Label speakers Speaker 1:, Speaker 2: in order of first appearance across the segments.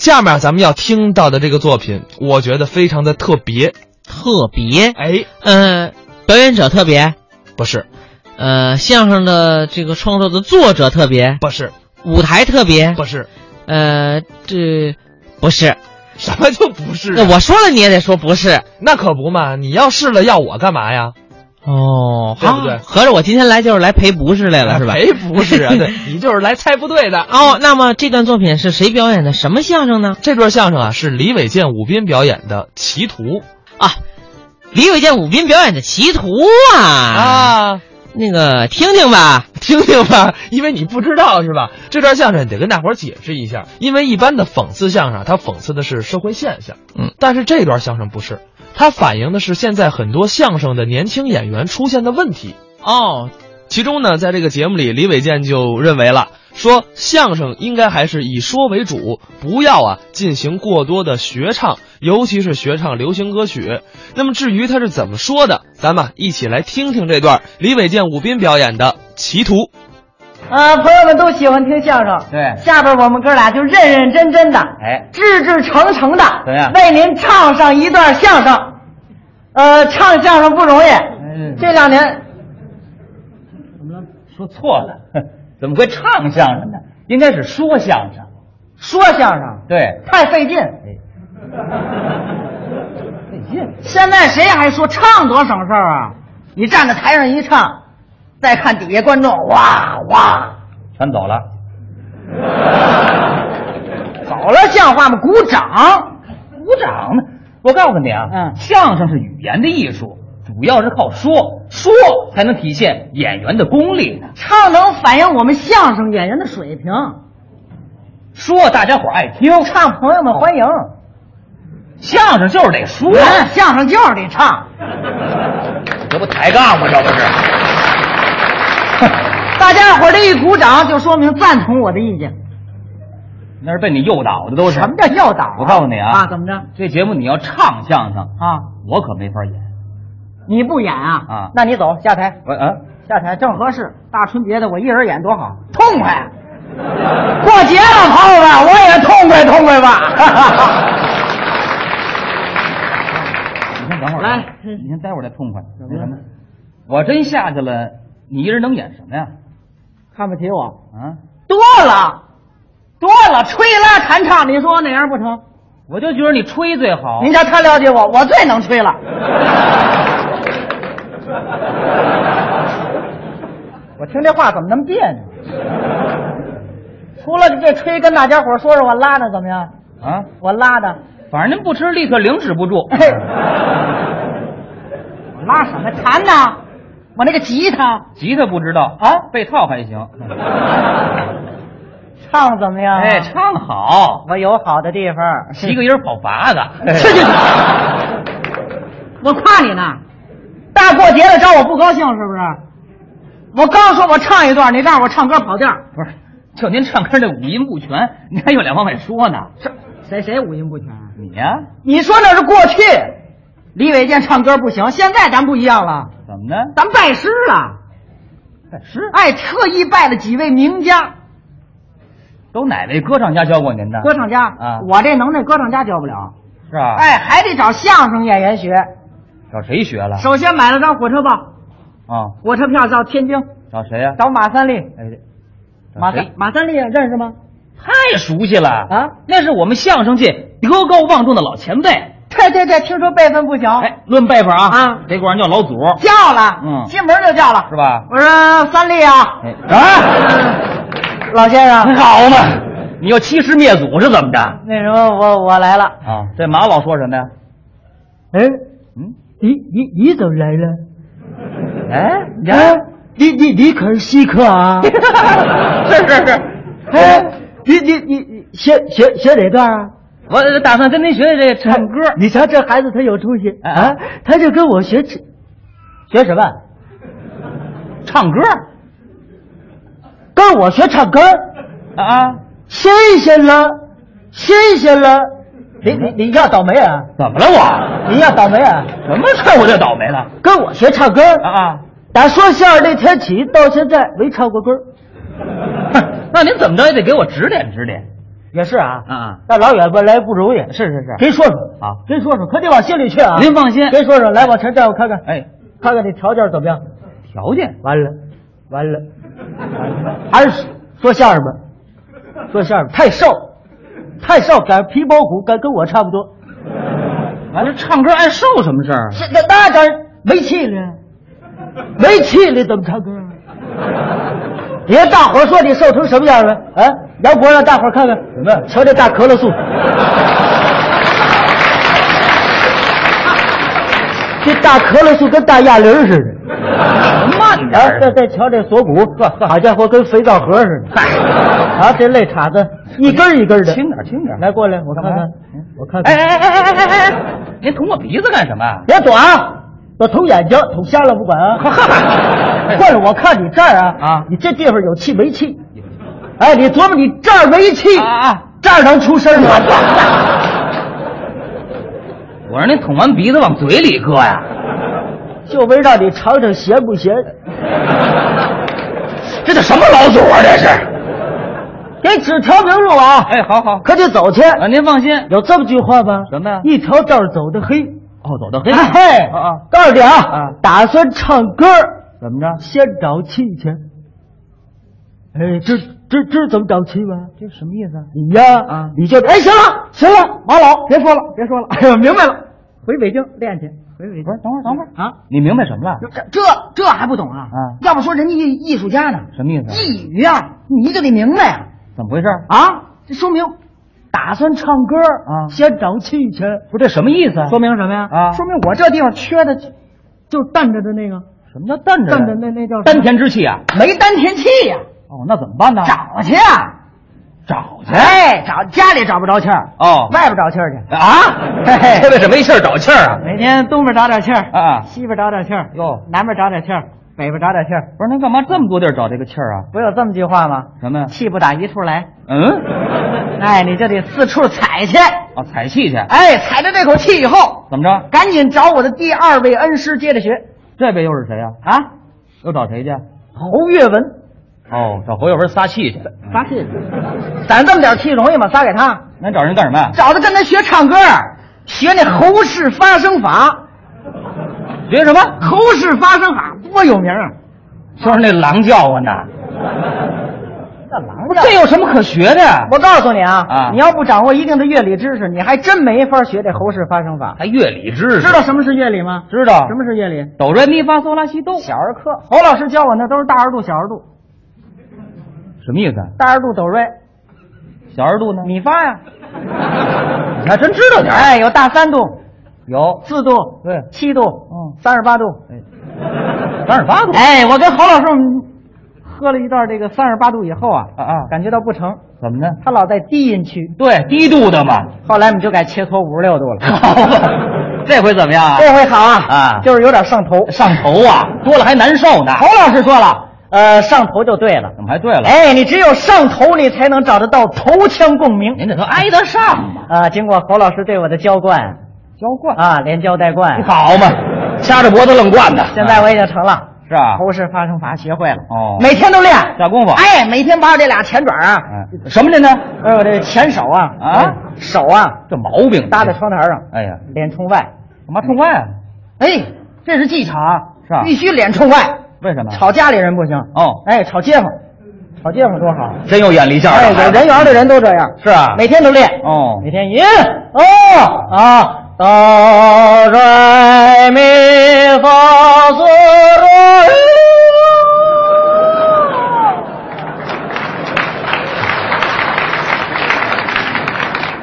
Speaker 1: 下面咱们要听到的这个作品，我觉得非常的特别。
Speaker 2: 特别，
Speaker 1: 哎，
Speaker 2: 呃，表演者特别，
Speaker 1: 不是，
Speaker 2: 呃，相声的这个创作的作者特别，
Speaker 1: 不是，
Speaker 2: 舞台特别，
Speaker 1: 不是，
Speaker 2: 呃，这不
Speaker 3: 啊
Speaker 2: 是。
Speaker 1: 什么就不是 啊、
Speaker 2: 那我说了你也得说不是
Speaker 1: 那可不嘛！你要是了，要我干嘛呀？
Speaker 2: 哦
Speaker 1: 对不对
Speaker 2: 合着我今天来就是来赔不是来了是吧？
Speaker 1: 谁不 是啊？对，你就是来猜不对的。
Speaker 2: 哦，那么这段作品是谁表演的？什么相声呢？
Speaker 1: 这段相声啊，是李伟健、武斌表演的《歧途》
Speaker 2: 啊，李伟健、武斌表演的《歧途》啊，
Speaker 1: 啊，
Speaker 2: 那个听听吧。
Speaker 1: 听听吧，因为你不知道是吧？这段相声得跟大伙儿解释一下，因为一般的讽刺相声啊，它讽刺的是社会现象，
Speaker 2: 嗯，
Speaker 1: 但是这段相声不是，它反映的是现在很多相声的年轻演员出现的问题。
Speaker 2: 哦，
Speaker 1: 其中呢，在这个节目里，李伟健就认为了说，相声应该还是以说为主，不要啊进行过多的学唱，尤其是学唱流行歌曲。那么至于他是怎么说的，咱们啊一起来听听这段李伟健、武斌表演的《歧途》。
Speaker 4: 呃，朋友们都喜欢听相声，
Speaker 3: 对
Speaker 4: 下边我们哥俩就认认真真的，
Speaker 3: 哎
Speaker 4: 志志诚诚的，
Speaker 3: 怎么样
Speaker 4: 为您唱上一段相声。呃，唱相声不容易，
Speaker 3: 嗯
Speaker 4: 这两年
Speaker 3: 说错了， 怎么会唱相声呢？应该是说相声。
Speaker 4: 说相声
Speaker 3: 对，
Speaker 4: 太费劲，
Speaker 3: 哎费劲。
Speaker 4: 现在谁还说唱多省事儿啊？你站在台上一唱，再看底下观众，哇哇，
Speaker 3: 全走 了。
Speaker 4: 走了像话吗？鼓掌，
Speaker 3: 鼓掌呢？我告诉你啊，
Speaker 4: 嗯
Speaker 3: 相声是语言的艺术，主要是靠说，说才能体现演员的功力呢。
Speaker 4: 唱能反映我们相声演员的水平，
Speaker 3: 说大家伙儿爱听，
Speaker 4: 唱朋友们欢迎。
Speaker 3: 相声就是得说，
Speaker 4: 人相声就是得唱。
Speaker 3: 这不抬杠吗？这不是？
Speaker 4: 大家伙儿这一鼓掌，就说明赞同我的意见。
Speaker 3: 那是被你诱导的，都是
Speaker 4: 什么叫诱导啊、
Speaker 3: 我告诉你啊
Speaker 4: 啊，怎么着
Speaker 3: 这节目你要唱相声，
Speaker 4: 啊？
Speaker 3: 我可没法演。
Speaker 4: 你不演啊？
Speaker 3: 啊
Speaker 4: 那你走下台，
Speaker 3: 我啊，
Speaker 4: 下台正合适。大春节的，我一人演多好，痛快。过节了，朋友们，我也痛快痛快吧。
Speaker 3: 你先等会儿，啊
Speaker 4: 来
Speaker 3: 你先待会儿再痛快。那什么，我真下去了，你一人能演什么呀？
Speaker 4: 看不起我？
Speaker 3: 啊，
Speaker 4: 多了，多了，吹拉弹唱，你说我哪样不成？
Speaker 3: 我就觉得你吹最好。
Speaker 4: 您瞧他了解我，我最能吹 了。我听这话怎么那么别扭？除了这吹，跟大家伙说说我拉的怎么样？
Speaker 3: 啊，
Speaker 4: 我拉的，
Speaker 3: 反正您不吃，立刻零止不住。
Speaker 4: 嘿，我拉什么弹呢？我那个吉他
Speaker 3: 吉他不知道
Speaker 4: 啊
Speaker 3: 被套还行。
Speaker 4: 唱怎么样啊？
Speaker 3: 哎，唱得好，
Speaker 4: 我有好的 地方。
Speaker 3: 一个人跑八个。
Speaker 4: 去去去！哎我夸你呢，大过节的找我不高兴是不是？我刚说我唱一段，你让我唱歌跑调儿，
Speaker 3: 不是，就您唱歌这五音不全，您还有脸往外说呢？
Speaker 4: 谁谁五音不全？啊
Speaker 3: 你呀、
Speaker 4: 你说那是过去，李伟健唱歌不行，现在咱不一样了，
Speaker 3: 怎么呢？
Speaker 4: 咱拜师啊了，
Speaker 3: 拜师
Speaker 4: 哎，特意拜了几位名家、
Speaker 3: 都哪位歌唱家教过您的？
Speaker 4: 歌唱家
Speaker 3: 啊
Speaker 4: 我这能耐歌唱家教不了，
Speaker 3: 是吧？，
Speaker 4: 哎，还得找相声演员学。
Speaker 3: 找谁学了？
Speaker 4: 首先买了张火车票，
Speaker 3: 啊，
Speaker 4: 火车票到天津
Speaker 3: 找谁呀、
Speaker 4: 找马三立，
Speaker 3: 哎，找
Speaker 4: 马
Speaker 3: 谁
Speaker 4: 三马三立啊认识吗？
Speaker 3: 太熟悉了
Speaker 4: 啊！
Speaker 3: 那是我们相声界德高望重的老前辈。
Speaker 4: 对对对，听说辈分不小，
Speaker 3: 哎，论辈分啊，
Speaker 4: 啊
Speaker 3: 这管人叫老祖，
Speaker 4: 叫了，
Speaker 3: 嗯
Speaker 4: 进门就叫了，
Speaker 3: 是吧？
Speaker 4: 我说三立啊，
Speaker 3: 哎啊，
Speaker 4: 老先生，
Speaker 3: 好嘛，你要欺师灭祖是怎么着？
Speaker 4: 那什么，我我来了。
Speaker 3: 啊，这马老说什么呀？
Speaker 4: 哎，
Speaker 3: 嗯，
Speaker 4: 你你你怎么来了？
Speaker 3: 哎，你这
Speaker 4: 哎，你你你可是稀客 啊！
Speaker 3: 是是是，
Speaker 4: 哎，你你你你学学学哪段啊？哎
Speaker 3: 我打算跟您学学这唱歌。
Speaker 4: 你瞧这孩子他有出息
Speaker 3: 哎
Speaker 4: 啊，他就跟我学起学什么？
Speaker 3: 唱歌
Speaker 4: 跟我学唱歌，
Speaker 3: 啊？
Speaker 4: 新鲜了，新鲜了。你你你要倒霉啊！
Speaker 3: 怎么了我？
Speaker 4: 你要倒霉啊！
Speaker 3: 什么事儿我就倒霉了？
Speaker 4: 跟我学唱歌
Speaker 3: 啊啊！
Speaker 4: 打说相声那天起到现在没唱过歌。
Speaker 3: 哼那您怎么着也得给我指点指点。
Speaker 4: 也是啊，
Speaker 3: 啊，
Speaker 4: 那老远吧来不容易，是是是，
Speaker 3: 谁说说啊？
Speaker 4: 您说说，可得往心里去啊。
Speaker 3: 您放心，
Speaker 4: 您说说，来往前站，我看看，
Speaker 3: 哎，
Speaker 4: 看看你条件怎么样？
Speaker 3: 条件
Speaker 4: 完了，完了，还是说相声吧，说相声太瘦，太瘦，敢皮包骨，敢跟我差不多，
Speaker 3: 完了，唱歌爱受什么事儿？啊
Speaker 4: 是那那当然没气力，没气力怎么唱歌啊？你让大伙儿说你瘦成什么样了？啊，杨博让大伙儿看看，什么？瞧这大咳嗽素，这大咳嗽素跟大哑铃儿似的。
Speaker 3: 慢点
Speaker 4: 啊，再
Speaker 3: 儿，
Speaker 4: 再瞧这锁骨，好家伙，跟肥皂盒似的。啊，这肋叉子一根儿一根儿的。
Speaker 3: 轻点儿，轻点儿。
Speaker 4: 来过来，我看看，我看
Speaker 3: 哎哎
Speaker 4: 看。
Speaker 3: 哎哎哎哎哎，您捅我鼻子干什么啊？
Speaker 4: 别躲啊！我捅眼睛，捅瞎了不管啊！惯了，我看你这儿啊
Speaker 3: 啊
Speaker 4: 你这地方有气没气？哎，你琢磨你这儿没气，
Speaker 3: 啊
Speaker 4: 这儿能出声吗？
Speaker 3: 我让您捅完鼻子往嘴里搁呀！
Speaker 4: 就为让你尝尝咸不咸。
Speaker 3: 这叫什么老祖啊？这是？
Speaker 4: 给指条明路啊！
Speaker 3: 哎，好好，
Speaker 4: 可得走去。
Speaker 3: 啊，您放心。
Speaker 4: 有这么句话吗？
Speaker 3: 什么呀
Speaker 4: 一条道儿走得黑。
Speaker 3: 哦，走到黑了。
Speaker 4: 哎，
Speaker 3: 啊啊，
Speaker 4: 告诉你啊
Speaker 3: 啊，
Speaker 4: 打算唱歌，
Speaker 3: 怎么着？
Speaker 4: 先找气去。哎，知知知怎么找气吗？
Speaker 3: 这什么意思啊？
Speaker 4: 你呀，
Speaker 3: 啊
Speaker 4: 你就哎，行了，行了，马老，别说了，别说了，哎呀，明白了，回北京练去，回北京。
Speaker 3: 不是，等会儿，等会儿
Speaker 4: 啊，
Speaker 3: 你明白什么了？
Speaker 5: 这这这还不懂啊？
Speaker 3: 啊嗯
Speaker 5: 要不说人家艺艺术家呢，
Speaker 3: 什么意思？
Speaker 5: 一语啊，你就得明白啊。
Speaker 3: 怎么回事？
Speaker 4: 啊，这说明打算唱歌
Speaker 3: 啊
Speaker 4: 先找气去，
Speaker 3: 不是这什么意思啊？
Speaker 4: 说明什么呀？
Speaker 3: 啊
Speaker 4: 说明我这地方缺的就就是淡着的那个，
Speaker 3: 什么叫淡着？
Speaker 4: 淡着那那嗯叫什
Speaker 3: 丹
Speaker 4: 么
Speaker 3: 田之气啊！
Speaker 5: 没丹田气呀、
Speaker 3: 哦，那怎么办呢？
Speaker 5: 找去啊！
Speaker 3: 找去
Speaker 5: 哎，找家里找不着气儿，
Speaker 3: 哦
Speaker 5: 外边找气儿去。
Speaker 3: 啊！
Speaker 4: 嘿嘿
Speaker 3: 为什么没气儿找气儿啊？
Speaker 4: 每天东边找点气儿
Speaker 3: 啊
Speaker 4: 西边找点气儿，
Speaker 3: 哟，
Speaker 4: 南边找点气儿，北边找点气儿。
Speaker 3: 不是，那干嘛这么多地儿找这个气儿啊？
Speaker 4: 不有这么句话吗？
Speaker 3: 什么呀？
Speaker 4: 气不打一 处来，
Speaker 3: 嗯，
Speaker 4: 哎，你就得四处踩去。
Speaker 3: 哦，采气去。
Speaker 5: 哎，踩着这口气以后，
Speaker 3: 怎么着？
Speaker 5: 赶紧找我的第二位恩师接着学
Speaker 3: 这位又是谁呀？
Speaker 5: 啊！
Speaker 3: 又找谁去？
Speaker 4: 侯月文，
Speaker 3: 哦，找侯耀文撒气去。
Speaker 4: 发气，
Speaker 5: 攒这么点气容易吗？撒给他，
Speaker 3: 那找人干什么呀？
Speaker 5: 找他跟他学唱歌，学那侯氏发声法。
Speaker 3: 学什么？
Speaker 5: 侯氏发声法多有名啊！
Speaker 3: 就是那狼叫唤的。
Speaker 4: 那狼
Speaker 3: 不是，这有什么可学的呀？
Speaker 4: 我告诉你啊，
Speaker 3: 啊
Speaker 4: 你要不掌握一定的乐理知识，你还真没法学这侯氏发声法。
Speaker 3: 还乐理知识？
Speaker 4: 知道什么是乐理吗？
Speaker 3: 知道
Speaker 4: 什么是乐理？
Speaker 3: 哆来咪发嗦拉西哆，
Speaker 4: 小儿科，侯老师教我那都是大二度、小二度，
Speaker 3: 什么意思啊？
Speaker 4: 大二度哆瑞，
Speaker 3: 小二度呢？
Speaker 4: 你发 呀。
Speaker 3: 你还真知道点儿
Speaker 4: 哎，有大三度、
Speaker 3: 有
Speaker 4: 四度、
Speaker 3: 对
Speaker 4: 七度、
Speaker 3: 嗯
Speaker 4: 三十八度。
Speaker 3: 三十八度
Speaker 4: 哎，我跟侯老师我们喝了一段这个三十八度以后啊，
Speaker 3: 啊啊？
Speaker 4: 感觉到不成，
Speaker 3: 怎么呢？
Speaker 4: 他老在低音区。
Speaker 3: 对，低度的嘛。
Speaker 4: 后来我们就改切磋五十六度了，
Speaker 3: 好吧， 这回怎么样啊？
Speaker 4: 这回好啊，
Speaker 3: 啊
Speaker 4: 就是有点上头。
Speaker 3: 上头啊，多了还难受呢。
Speaker 4: 侯老师说了，呃，上头就对了。
Speaker 3: 怎么还对了？
Speaker 4: 哎，你只有上头，你才能找得到头腔共鸣
Speaker 3: 您这都挨得上吗？
Speaker 4: 啊！经过侯老师对我的浇灌
Speaker 3: 嗯浇灌，
Speaker 4: 啊，连浇带灌，
Speaker 3: 好嘛，掐着脖子愣灌的。
Speaker 4: 现在我已经成了
Speaker 3: 是啊，
Speaker 4: 侯氏发声法学会了，
Speaker 3: 哦
Speaker 4: 每天都练。
Speaker 3: 下功夫。
Speaker 5: 哎，每天把我这俩前爪啊，
Speaker 3: 嗯什么人呢？
Speaker 4: 哎，我这前手啊
Speaker 3: 啊，
Speaker 4: 手啊
Speaker 3: 这毛病
Speaker 4: 搭在。窗台上，
Speaker 3: 哎呀，
Speaker 4: 脸冲外。
Speaker 3: 干嘛冲外啊？
Speaker 5: 哎，这是技巧啊，
Speaker 3: 是啊
Speaker 5: 必须脸冲外，
Speaker 3: 为什么？
Speaker 4: 吵家里人不行，
Speaker 3: 哦，
Speaker 4: 哎，吵街坊，吵街坊多好。
Speaker 3: 真有眼力见儿
Speaker 4: 哎，
Speaker 3: 的孩
Speaker 4: 有
Speaker 3: 子
Speaker 4: 人缘的人都这样，
Speaker 3: 是啊，
Speaker 4: 每天都练。
Speaker 3: 哦
Speaker 4: 每天一哦啊，哆来咪发嗦啦西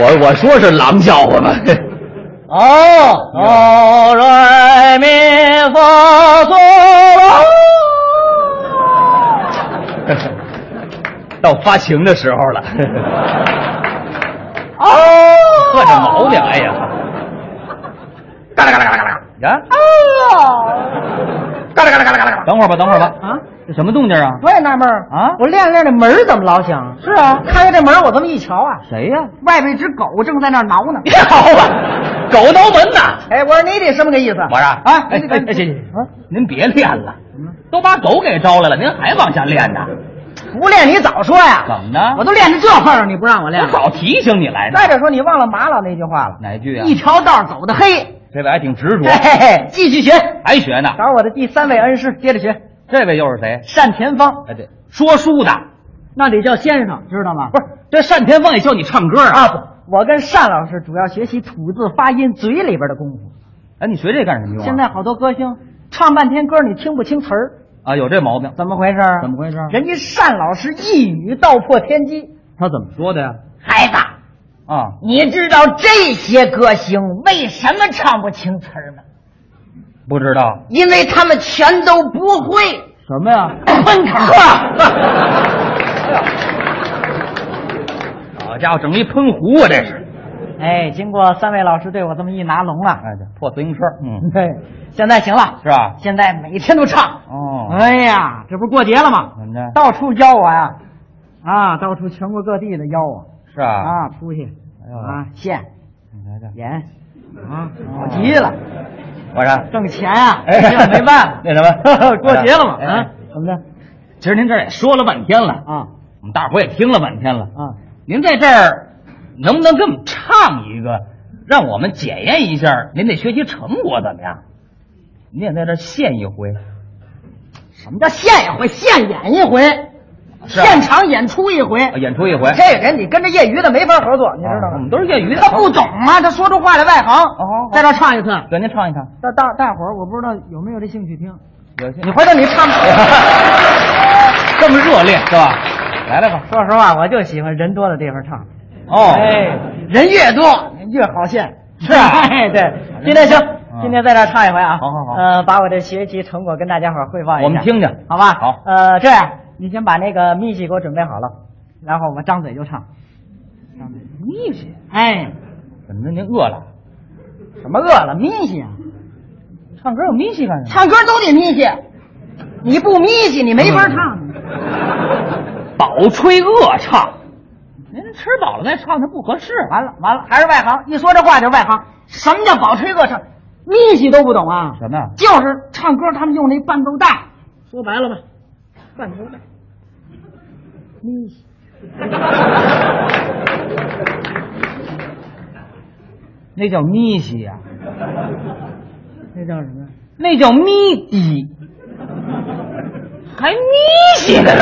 Speaker 3: 我我说是狼叫唤嘛，
Speaker 4: 哦，哆来咪发嗦啦。
Speaker 3: 到发情的时候了，
Speaker 4: 哦，
Speaker 3: 呵，这毛病， 哎呀，嘎啦嘎啦嘎啦嘎啦，呀，
Speaker 4: 哦
Speaker 3: 嘎啦嘎啦嘎啦嘎啦，等会儿吧，等会儿吧，
Speaker 4: 啊，
Speaker 3: 这什么动静啊？
Speaker 4: 我也纳闷儿
Speaker 3: 啊
Speaker 4: 我练着练着门儿怎么老响？是啊，开开这门儿，我这么一瞧啊，
Speaker 3: 谁呀？
Speaker 5: 外边一只狗正在那儿挠 呢。
Speaker 3: 好吧，狗挠门呐！
Speaker 4: 哎，我说你得什么个意思？
Speaker 3: 我说，啊，哎嗯哎哎，行行，您别练了，都把狗给招来了，您还往下练呢？
Speaker 4: 不练你早说呀！
Speaker 3: 怎么的
Speaker 4: 我都练成这份儿了，你不让我练
Speaker 3: 我
Speaker 4: 了？
Speaker 3: 早提醒你来的。
Speaker 4: 再者说，你忘了马老那句话了，
Speaker 3: 哪句啊？
Speaker 4: 一条道走的黑。
Speaker 3: 这位还挺执着，
Speaker 4: 嘿，继续学，
Speaker 3: 还学呢。
Speaker 4: 找我的第三位恩师，接着学。
Speaker 3: 这位又是谁？
Speaker 4: 单田芳，
Speaker 3: 哎，对，说书的，
Speaker 4: 那得叫先生，知道吗？
Speaker 3: 不是这单田芳也教你唱歌啊？
Speaker 4: 啊，我跟单老师主要学习吐字发音、嘴里边的功夫。
Speaker 3: 哎，你学这干什么用啊？
Speaker 4: 现在好多歌星唱半天歌，你听不清词儿，
Speaker 3: 啊，有这毛病，
Speaker 4: 怎么回事儿？
Speaker 3: 怎么回事儿
Speaker 4: 人家单老师一语道破天机。
Speaker 3: 他怎么说的呀？
Speaker 4: 孩子，
Speaker 3: 啊，
Speaker 4: 你知道这些歌星为什么唱不清词儿吗？
Speaker 3: 不知道
Speaker 4: 因为他们全都不会。
Speaker 3: 什么 呀？
Speaker 4: 喷卡。
Speaker 3: 好家伙，整一喷壶啊，这是。
Speaker 4: 哎，经过三位老师对我这么一拿龙啊，
Speaker 3: 哎，对，破自行车，嗯，
Speaker 4: 对，现在行了，
Speaker 3: 是吧？
Speaker 4: 现在每天都唱。
Speaker 3: 哦，
Speaker 4: 哎呀，这不是过节了吗？
Speaker 3: 怎么着？
Speaker 4: 到处邀我呀，啊，到处全国各地的邀我
Speaker 3: 是啊，
Speaker 4: 啊，出去
Speaker 3: 哎呦
Speaker 4: 啊，县
Speaker 3: 你瞧瞧，
Speaker 4: 盐啊，好极了，
Speaker 3: 我说，
Speaker 4: 挣钱啊，
Speaker 3: 哎，
Speaker 4: 这没办 法，，
Speaker 3: 那什么
Speaker 4: 过节了嘛
Speaker 3: 哎
Speaker 4: 啊，怎么着
Speaker 3: 今儿您这儿也说了半天了，
Speaker 4: 啊
Speaker 3: 我们大伙儿也听了半天了。
Speaker 4: 啊？
Speaker 3: 您在这儿能不能给我们唱一个，让我们检验一下您这学习成果怎么样？您也在这儿献一回，
Speaker 4: 什么叫现一回，现演一回，
Speaker 3: 是啊
Speaker 4: 现场演出一回，
Speaker 3: 啊演出一回。
Speaker 4: 这人你跟着业余的没法合作，你知道
Speaker 3: 啊我
Speaker 4: 吗
Speaker 3: 们？都是业余的，
Speaker 4: 他不懂啊，他说出话来外行。
Speaker 3: 好好
Speaker 4: 在这儿唱一次，
Speaker 3: 给您唱一唱。
Speaker 4: 哦大大大伙儿，我不知道有没有这兴趣听。
Speaker 3: 有些
Speaker 4: 你回头你唱。
Speaker 3: 这么热烈是吧？来来吧。
Speaker 4: 说实话，我就喜欢人多的地方唱。
Speaker 3: 哦，
Speaker 4: 哎，人越多越好 献。
Speaker 3: 是啊
Speaker 4: 哎，对，今天行，今天在这儿唱一回啊。
Speaker 3: 好好好
Speaker 4: 呃，把我这学习成果跟大家伙儿汇报一下。
Speaker 3: 我们听听
Speaker 4: 好吧？
Speaker 3: 好
Speaker 4: 呃，这样，你先把那个密西给我准备好了，然后我张嘴就唱。张嘴，密西？哎，
Speaker 3: 怎么着？您饿了？
Speaker 4: 什么饿了？密西啊？
Speaker 3: 唱歌有咪西干什么？
Speaker 4: 唱歌都得眯起，你不眯起你没法唱。
Speaker 3: 饱吹饿唱，您吃饱了再唱，它不合适。
Speaker 4: 完了完了，还是外行，一说这话就是外行。什么叫饱吹恶唱？眯起都不懂啊？
Speaker 3: 什么呀？
Speaker 4: 就是唱歌他们用那伴奏带，说白了吧，伴奏带，眯起。
Speaker 3: 那叫咪西呀、
Speaker 4: 那叫什么？
Speaker 3: 那叫咪底，还咪西 呢？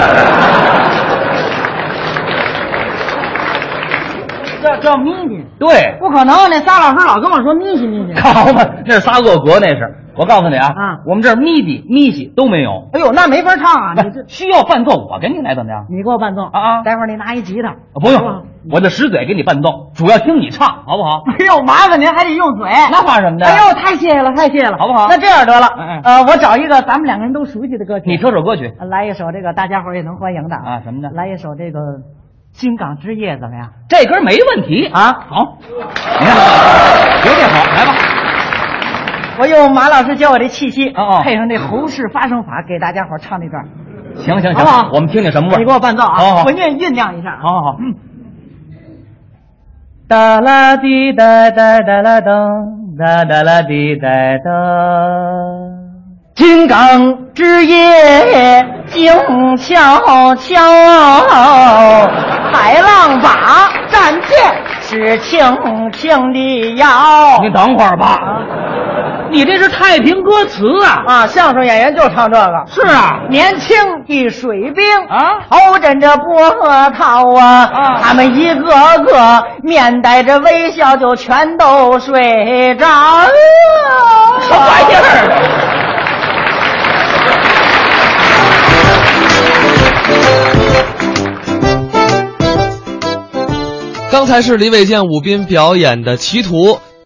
Speaker 4: 叫叫眯起？
Speaker 3: 对，
Speaker 4: 不可能，那仨老师老跟我说眯起 眯起。
Speaker 3: 好吧，那是仨恶格，那是。我告诉你啊，
Speaker 4: 啊
Speaker 3: 我们这儿咪底、咪西都没有。
Speaker 4: 哎呦，那没法唱啊！ 你这，
Speaker 3: 需要伴奏，我给你来，怎么样？
Speaker 4: 你给我伴奏
Speaker 3: 啊啊
Speaker 4: 待会儿你拿一吉他。
Speaker 3: 啊不
Speaker 4: 好
Speaker 3: 用，我就使嘴给你伴奏，主要听你唱，好不 好？
Speaker 4: 哎呦，麻烦您还得用嘴。
Speaker 3: 那怕什么的？
Speaker 4: 哎呦，太谢谢了，太谢谢了，
Speaker 3: 好不好
Speaker 4: 那这样得了，
Speaker 3: 哎哎
Speaker 4: 呃，我找一个咱们两个人都熟悉的歌曲，
Speaker 3: 你挑首歌曲，
Speaker 4: 来一首这个大家伙儿也能欢迎的
Speaker 3: 啊什么呢
Speaker 4: 来一首这个《军港之夜》怎么样？
Speaker 3: 这歌没问题啊。好，你看，有点好，来吧。
Speaker 4: 我用马老师教我这气息，
Speaker 3: 哦哦
Speaker 4: 配上这喉式发声法，给大家伙儿唱那段。
Speaker 3: 行行
Speaker 4: 好
Speaker 3: 行，
Speaker 4: 不好
Speaker 3: 我们听听什么味儿？
Speaker 4: 你给我伴奏啊，
Speaker 3: 好好好
Speaker 4: 我酝酝酿一下啊。
Speaker 3: 好好好，嗯，
Speaker 4: 哒啦滴哒哒哒啦噔，哒哒啦滴哒哒。金港之夜静悄悄，海浪把战舰是轻轻地摇。
Speaker 3: 你等会儿吧。你这是太平歌词啊？
Speaker 4: 啊，相声演员就唱这个。
Speaker 3: 是啊，
Speaker 4: 年轻的水兵
Speaker 3: 啊
Speaker 4: 头枕着波涛啊，
Speaker 3: 啊
Speaker 4: 他们一个个面带着微笑，就全都睡着了。
Speaker 3: 什么玩意儿？
Speaker 1: 刚才是李伟健、武斌表演的《歧途》，